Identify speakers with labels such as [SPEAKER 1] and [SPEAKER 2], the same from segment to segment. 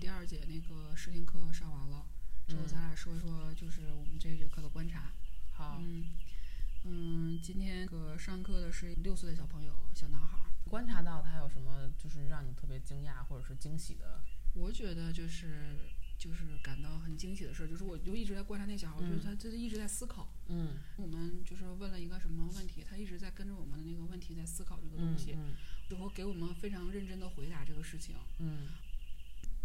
[SPEAKER 1] 第二节那个试听课上完了之后，咱俩说一说就是我们这一节课的观察。
[SPEAKER 2] 嗯好，
[SPEAKER 1] 嗯嗯，今天个上课的是六岁的小朋友，小男孩儿。
[SPEAKER 2] 观察到他有什么就是让你特别惊讶或者是惊喜的？
[SPEAKER 1] 我觉得就是就是感到很惊喜的事儿，就是我就一直在观察那小孩儿，我觉得
[SPEAKER 2] 嗯
[SPEAKER 1] 他就是一直在思考。
[SPEAKER 2] 嗯，
[SPEAKER 1] 我们就是问了一个什么问题，他一直在跟着我们的那个问题在思考这个东西，
[SPEAKER 2] 嗯
[SPEAKER 1] 然后给我们非常认真的回答这个事情。
[SPEAKER 2] 嗯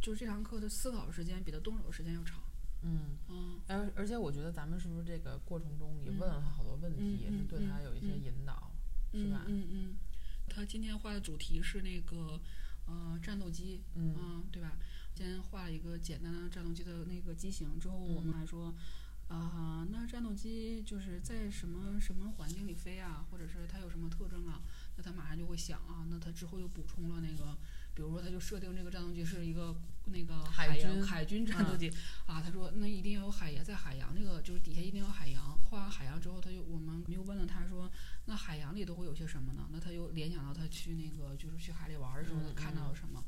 [SPEAKER 1] 就是这堂课的思考时间比他动手时间要长。
[SPEAKER 2] 嗯，
[SPEAKER 1] 嗯，
[SPEAKER 2] 而而且我觉得咱们是不是这个过程中也问了他好多问
[SPEAKER 1] 嗯
[SPEAKER 2] 题，也是对他有一些引导，是吧？
[SPEAKER 1] 嗯嗯，他今天画的主题是那个呃战斗机，
[SPEAKER 2] 嗯
[SPEAKER 1] 嗯，对吧？先画了一个简单的战斗机的那个机型，之后我
[SPEAKER 2] 嗯
[SPEAKER 1] 们还说，啊、那战斗机就是在什么什么环境里飞啊，或者是它有什么特征啊？那他马上就会想啊，那他之后又补充了那个，比如说他就设定这个战斗机是一个那个
[SPEAKER 2] 海
[SPEAKER 1] 洋
[SPEAKER 2] 军嗯
[SPEAKER 1] 海军战斗机、啊，他说那一定要有海洋，在海洋那个就是底下一定有海洋。画完海洋之后，他就我们又问了他说，那海洋里都会有些什么呢？那他又联想到他去那个就是去海里玩儿的时候，
[SPEAKER 2] 嗯
[SPEAKER 1] 他看
[SPEAKER 2] 嗯
[SPEAKER 1] 到了什么。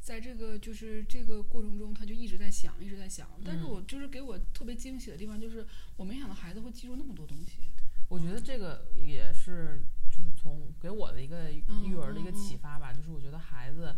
[SPEAKER 1] 在这个就是这个过程中，他就一直在想，一直在想。但是
[SPEAKER 2] 嗯
[SPEAKER 1] 我就是给我特别惊喜的地方，就是我没想到孩子会记住那么多东西。
[SPEAKER 2] 我觉得这个也是就是从给我的一个
[SPEAKER 1] 嗯
[SPEAKER 2] 育儿的一个
[SPEAKER 1] 嗯
[SPEAKER 2] 启发吧，就是我觉得孩子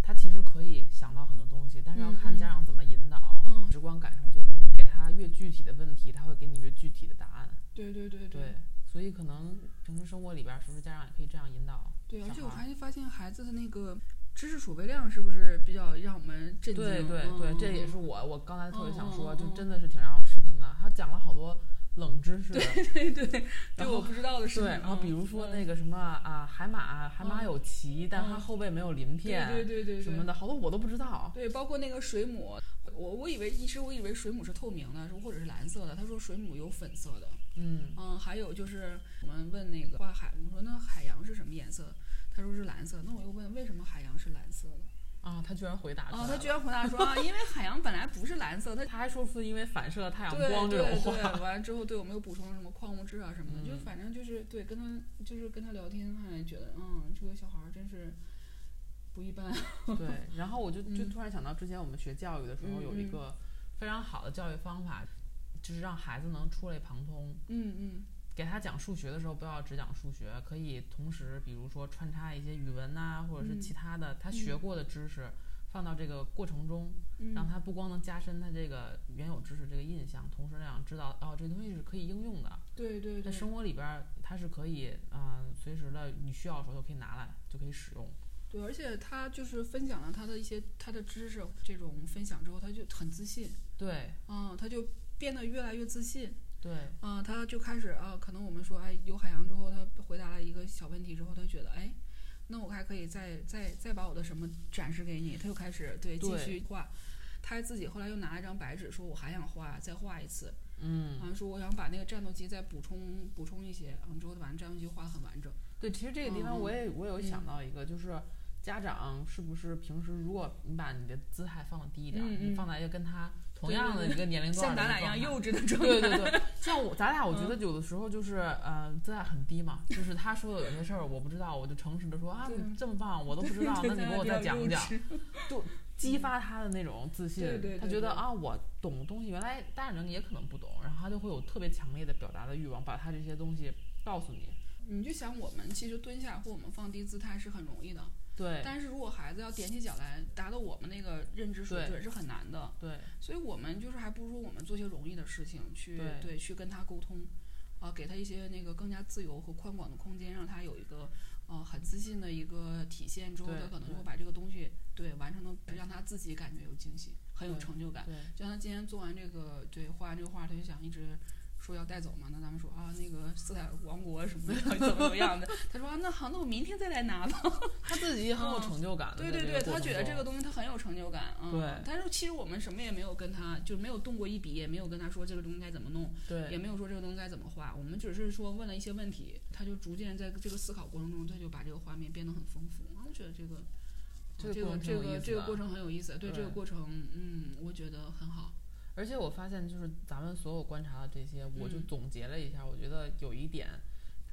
[SPEAKER 2] 他其实可以想到很多东西，但是要
[SPEAKER 1] 嗯
[SPEAKER 2] 看
[SPEAKER 1] 嗯
[SPEAKER 2] 家长怎么引导。
[SPEAKER 1] 嗯
[SPEAKER 2] 直观感受就是你给他越具体的问题，他会给你越具体的答案。
[SPEAKER 1] 对对对
[SPEAKER 2] 对，所以可能平时生活里边儿，是不是家长也可以这样引导？
[SPEAKER 1] 对，而
[SPEAKER 2] 小
[SPEAKER 1] 且我
[SPEAKER 2] 孩儿
[SPEAKER 1] 还发现孩子的那个知识储备量是不是比较让我们震惊？
[SPEAKER 2] 对对对，
[SPEAKER 1] 嗯
[SPEAKER 2] 这也是我我刚才特别想说，
[SPEAKER 1] 嗯嗯嗯
[SPEAKER 2] 就真的是挺让我吃惊的。他讲了好多冷知识，
[SPEAKER 1] 对对对，
[SPEAKER 2] 然
[SPEAKER 1] 我
[SPEAKER 2] 后
[SPEAKER 1] 不知道的事
[SPEAKER 2] 对，
[SPEAKER 1] 情。
[SPEAKER 2] 然后比
[SPEAKER 1] 嗯
[SPEAKER 2] 如说
[SPEAKER 1] 嗯
[SPEAKER 2] 那个什么啊，海马，海马
[SPEAKER 1] 嗯
[SPEAKER 2] 有鳍，但它
[SPEAKER 1] 嗯
[SPEAKER 2] 后背没有鳞片，
[SPEAKER 1] 对对对对
[SPEAKER 2] 什么
[SPEAKER 1] 对，
[SPEAKER 2] 的，好多我都不知道。
[SPEAKER 1] 对，包括那个水母，我我以为一直我以为水母是透明的，或者是蓝色的，他说水母有粉色的。
[SPEAKER 2] 嗯
[SPEAKER 1] 嗯，还有就是我们问那个画海，我说那海洋是什么颜色？他说是蓝色。那我又问为什么海洋是蓝色的？
[SPEAKER 2] 啊，他居然回答出来
[SPEAKER 1] 啊，
[SPEAKER 2] 了，
[SPEAKER 1] 他居然回答说啊，因为海洋本来不是蓝色，它
[SPEAKER 2] 他还说出因为反射太阳
[SPEAKER 1] 对
[SPEAKER 2] 光这种话，
[SPEAKER 1] 对对，完了之后对我们又补充了什么矿物质啊什么的，就
[SPEAKER 2] 嗯
[SPEAKER 1] 反正就是对跟他就是跟他聊天，还觉得嗯，这个小孩儿真是不一般。
[SPEAKER 2] 对，然后我就就
[SPEAKER 1] 嗯
[SPEAKER 2] 突然想到，之前我们学教育的时候
[SPEAKER 1] 嗯
[SPEAKER 2] 有一
[SPEAKER 1] 嗯
[SPEAKER 2] 个非常好的教育方法，就是让孩子能触类旁通。
[SPEAKER 1] 嗯嗯
[SPEAKER 2] 给他讲数学的时候，不要只讲数学，可以同时，比如说穿插一些语文呐、或者是
[SPEAKER 1] 嗯
[SPEAKER 2] 其他的他学
[SPEAKER 1] 嗯
[SPEAKER 2] 过的知识，放到这个过程中，
[SPEAKER 1] 嗯，
[SPEAKER 2] 让他不光能加深他这个原有知识这个印象，同时让知道哦，这东西是可以应用的，
[SPEAKER 1] 对对
[SPEAKER 2] 在
[SPEAKER 1] 对，
[SPEAKER 2] 生活里边儿它是可以，嗯、随时的你需要的时候就可以拿来，就可以使用。
[SPEAKER 1] 对，而且他就是分享了他的一些他的知识，这种分享之后他就很自信，
[SPEAKER 2] 对
[SPEAKER 1] 嗯，他就变得越来越自信。
[SPEAKER 2] 对，
[SPEAKER 1] 啊，他就开始啊，可能我们说，哎，有海洋之后，他回答了一个小问题之后，他觉得，哎，那我还可以再再再把我的什么展示给你，他又开始对继
[SPEAKER 2] 对
[SPEAKER 1] 续画。他自己后来又拿了一张白纸，说我还想画，再画一次。
[SPEAKER 2] 嗯。
[SPEAKER 1] 啊，说我想把那个战斗机再补充补充一些，嗯，之后就把那战斗机画的很完整。
[SPEAKER 2] 对，其实这个地方
[SPEAKER 1] 嗯
[SPEAKER 2] 我也我有想
[SPEAKER 1] 嗯
[SPEAKER 2] 到一个，就是家长是不是平时如果你把你的姿态放得低一点儿，
[SPEAKER 1] 嗯
[SPEAKER 2] 你
[SPEAKER 1] 嗯
[SPEAKER 2] 放在一个跟他同
[SPEAKER 1] 对
[SPEAKER 2] 样的一个年龄段
[SPEAKER 1] 像
[SPEAKER 2] 儿的
[SPEAKER 1] 咱
[SPEAKER 2] 一个
[SPEAKER 1] 俩一样嗯
[SPEAKER 2] 状态
[SPEAKER 1] 幼稚的状态。
[SPEAKER 2] 对对 对，像我咱俩，我觉得有的时候就是，呃，姿态很低嘛，就是他说的有些事儿我不知道，我就诚实的说啊，
[SPEAKER 1] 对
[SPEAKER 2] 你这么棒，我都不知 道，那你给我再讲讲，激发他的那种自信，
[SPEAKER 1] 对对对
[SPEAKER 2] 他觉得
[SPEAKER 1] 对
[SPEAKER 2] 啊，我懂的东西，原来大人也可能不懂，然后他就会有特别强烈的表达的欲望，把他这些东西告诉你。
[SPEAKER 1] 你就想我们其实蹲下或我们放低姿态是很容易的，
[SPEAKER 2] 对
[SPEAKER 1] 但是如果孩子要踮起脚来达到我们那个认知水
[SPEAKER 2] 对
[SPEAKER 1] 准是很难的。
[SPEAKER 2] 对，
[SPEAKER 1] 所以我们就是还不如说我们做些容易的事情去
[SPEAKER 2] 对
[SPEAKER 1] 去跟他沟通，啊，给他一些那个更加自由和宽广的空间，让他有一个呃很自信的一个体现之后，
[SPEAKER 2] 对
[SPEAKER 1] 他可能
[SPEAKER 2] 对
[SPEAKER 1] 会把这个东西对完成的，让他自己感觉有惊喜，很有
[SPEAKER 2] 对
[SPEAKER 1] 成就感。
[SPEAKER 2] 对。
[SPEAKER 1] 就像他今天做完这个，对，画完这个画，他就想一直说要带走嘛。那咱们说啊，那个四海王国什么的 怎么怎么样的，他说、啊、那好，那我明天再来拿吧。
[SPEAKER 2] 他自己也很有
[SPEAKER 1] 嗯
[SPEAKER 2] 成就感的、
[SPEAKER 1] 对对对，
[SPEAKER 2] 在个过
[SPEAKER 1] 他
[SPEAKER 2] 程
[SPEAKER 1] 觉得
[SPEAKER 2] 中
[SPEAKER 1] 这个东西他很有成就感啊。
[SPEAKER 2] 对
[SPEAKER 1] 但是其实我们什么也没有跟他，就是没有动过一笔，也没有跟他说这个东西该怎么弄，也
[SPEAKER 2] 对
[SPEAKER 1] 没有说这个东西该怎么画。我们只是说问了一些问题，他就逐渐在这个思考过程中，他就把这个画面变得很丰富。啊我觉得这个。
[SPEAKER 2] 这
[SPEAKER 1] 啊
[SPEAKER 2] 个
[SPEAKER 1] 这
[SPEAKER 2] 过
[SPEAKER 1] 个
[SPEAKER 2] 程
[SPEAKER 1] 这
[SPEAKER 2] 挺有意
[SPEAKER 1] 个
[SPEAKER 2] 思
[SPEAKER 1] 这个
[SPEAKER 2] 的
[SPEAKER 1] 过程很有意思，对这个
[SPEAKER 2] 对
[SPEAKER 1] 过程，嗯，我觉得很好。
[SPEAKER 2] 而且我发现就是咱们所有观察的这些，我就
[SPEAKER 1] 嗯
[SPEAKER 2] 总结了一下，我觉得有一点，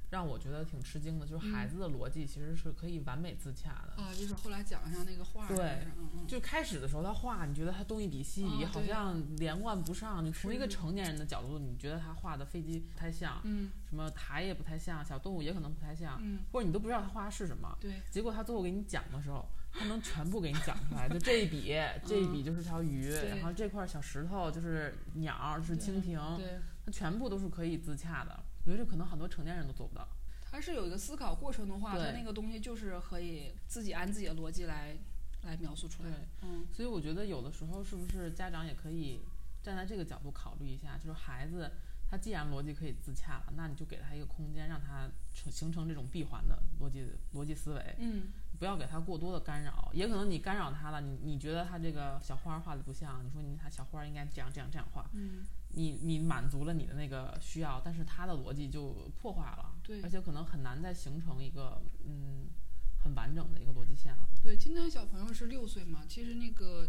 [SPEAKER 2] 让我觉得挺吃惊的，
[SPEAKER 1] 嗯
[SPEAKER 2] 就是孩子的逻辑其实是可以完美自洽的。
[SPEAKER 1] 啊，就是后来讲一下那个画儿，
[SPEAKER 2] 对
[SPEAKER 1] 就是嗯嗯，
[SPEAKER 2] 就开始的时候，他画你觉得他东一笔西一笔，
[SPEAKER 1] 啊
[SPEAKER 2] 好
[SPEAKER 1] 对
[SPEAKER 2] 像连贯不上。你从一个
[SPEAKER 1] 是
[SPEAKER 2] 成年人的角度，你觉得他画的飞机不太像，
[SPEAKER 1] 嗯
[SPEAKER 2] 什么塔也不太像，小动物也可能不太像，
[SPEAKER 1] 嗯，
[SPEAKER 2] 或者你都不知道他画的是什么。
[SPEAKER 1] 对，
[SPEAKER 2] 结果他最后给你讲的时候，他能全部给你讲出来，就这 一笔，这一笔就是条鱼，
[SPEAKER 1] 嗯对
[SPEAKER 2] 然后这块小石头就是鸟，是蜻蜓，
[SPEAKER 1] 对，
[SPEAKER 2] 它全部都是可以自洽的。我觉得这可能很多成年人都做不到。
[SPEAKER 1] 它是有一个思考过程的话，它
[SPEAKER 2] 对
[SPEAKER 1] 那个东西就是可以自己按自己的逻辑来来描述出
[SPEAKER 2] 对
[SPEAKER 1] 来。，嗯，
[SPEAKER 2] 所以我觉得有的时候是不是家长也可以站在这个角度考虑一下，就是孩子他既然逻辑可以自洽了，那你就给他一个空间，让他成形成这种闭环的逻辑逻辑思维，
[SPEAKER 1] 嗯，
[SPEAKER 2] 不要给他过多的干扰。也可能你干扰他了，你你觉得他这个小花画的不像，你说你他小花应该这样这样这样画，
[SPEAKER 1] 嗯，
[SPEAKER 2] 你你满足了你的那个需要，但是他的逻辑就破坏了，
[SPEAKER 1] 对
[SPEAKER 2] 而且可能很难再形成一个嗯很完整的一个逻辑线了，
[SPEAKER 1] 对，今天小朋友是六岁嘛，其实那个，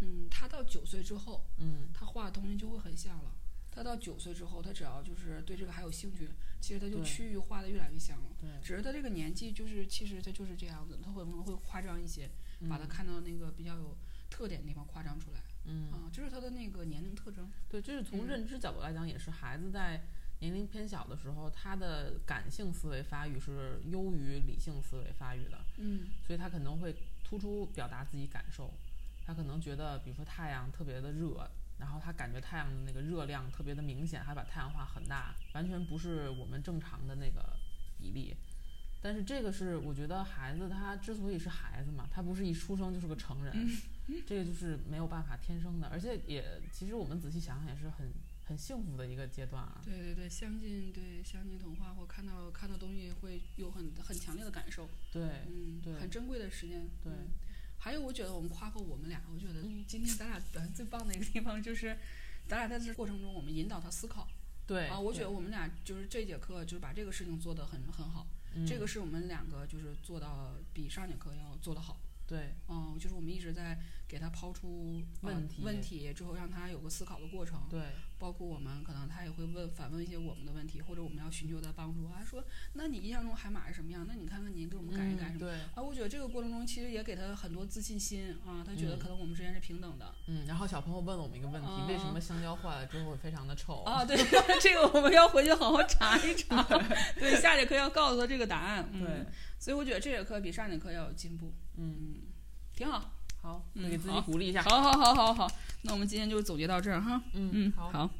[SPEAKER 1] 嗯，他到九岁之后，
[SPEAKER 2] 嗯，
[SPEAKER 1] 他画的东西就会很像了。他到九岁之后，他只要就是对这个还有兴趣，其实他就
[SPEAKER 2] 对
[SPEAKER 1] 趋于画的越来越像了。
[SPEAKER 2] 对。
[SPEAKER 1] 只是他这个年纪，就是其实他就是这样子，他会可能会夸张一些，把他
[SPEAKER 2] 嗯
[SPEAKER 1] 看到那个比较有特点的地方夸张出来。
[SPEAKER 2] 嗯
[SPEAKER 1] 啊，这是他的那个年龄特征。
[SPEAKER 2] 对，就是从
[SPEAKER 1] 嗯
[SPEAKER 2] 认知角度来讲，也是孩子在年龄偏小的时候，他的感性思维发育是优于理性思维发育的，
[SPEAKER 1] 嗯
[SPEAKER 2] 所以他可能会突出表达自己感受。他可能觉得，比如说太阳特别的热，然后他感觉太阳的那个热量特别的明显，还把太阳画很大，完全不是我们正常的那个比例。但是这个是我觉得孩子他之所以是孩子嘛，他不是一出生就是个成人，
[SPEAKER 1] 嗯
[SPEAKER 2] 这个就是没有办法天生的，而且也其实我们仔细想想也是很很幸福的一个阶段啊。
[SPEAKER 1] 对对对，相信对相信童话或看到看到东西会有很很强烈的感受，
[SPEAKER 2] 对，
[SPEAKER 1] 嗯，
[SPEAKER 2] 对
[SPEAKER 1] 很珍贵的时间。
[SPEAKER 2] 对
[SPEAKER 1] 嗯还有我觉得我们夸过我们俩，我觉得
[SPEAKER 2] 嗯
[SPEAKER 1] 今天咱俩表现最棒的一个地方就是，咱俩在这过程中我们引导他思考
[SPEAKER 2] 对
[SPEAKER 1] 啊，我觉
[SPEAKER 2] 对
[SPEAKER 1] 得我们俩就是这节课就是把这个事情做得很很好，
[SPEAKER 2] 嗯
[SPEAKER 1] 这个是我们两个就是做到比上节课要做得好。
[SPEAKER 2] 对
[SPEAKER 1] 嗯，就是我们一直在给他抛出、呃
[SPEAKER 2] 问题
[SPEAKER 1] 问题之后，让他有个思考的过程。
[SPEAKER 2] 对
[SPEAKER 1] 包括我们可能他也会问反问一些我们的问题，或者我们要寻求他帮助啊，说那你印象中海马是什么样？那你看看你给我们改一改
[SPEAKER 2] 嗯
[SPEAKER 1] 什么？
[SPEAKER 2] 对，
[SPEAKER 1] 啊，我觉得这个过程中其实也给他很多自信心啊，他觉得
[SPEAKER 2] 嗯
[SPEAKER 1] 可能我们之间是平等的、
[SPEAKER 2] 嗯，然后小朋友问了我们一个问题，
[SPEAKER 1] 啊
[SPEAKER 2] 为什么香蕉坏了之后会非常的臭？
[SPEAKER 1] 啊。对， 这个我们要回去好好查一查。对，下节课要告诉他这个答案。嗯、
[SPEAKER 2] 对，，
[SPEAKER 1] 所以我觉得这节课比上节课要有进步，
[SPEAKER 2] 嗯，
[SPEAKER 1] 嗯，挺好。
[SPEAKER 2] 好，
[SPEAKER 1] 嗯
[SPEAKER 2] 我给自己
[SPEAKER 1] 好
[SPEAKER 2] 鼓励一下，
[SPEAKER 1] 好好好好好，那我们今天就总结到这儿哈。
[SPEAKER 2] 嗯
[SPEAKER 1] 嗯，
[SPEAKER 2] 好。
[SPEAKER 1] 好，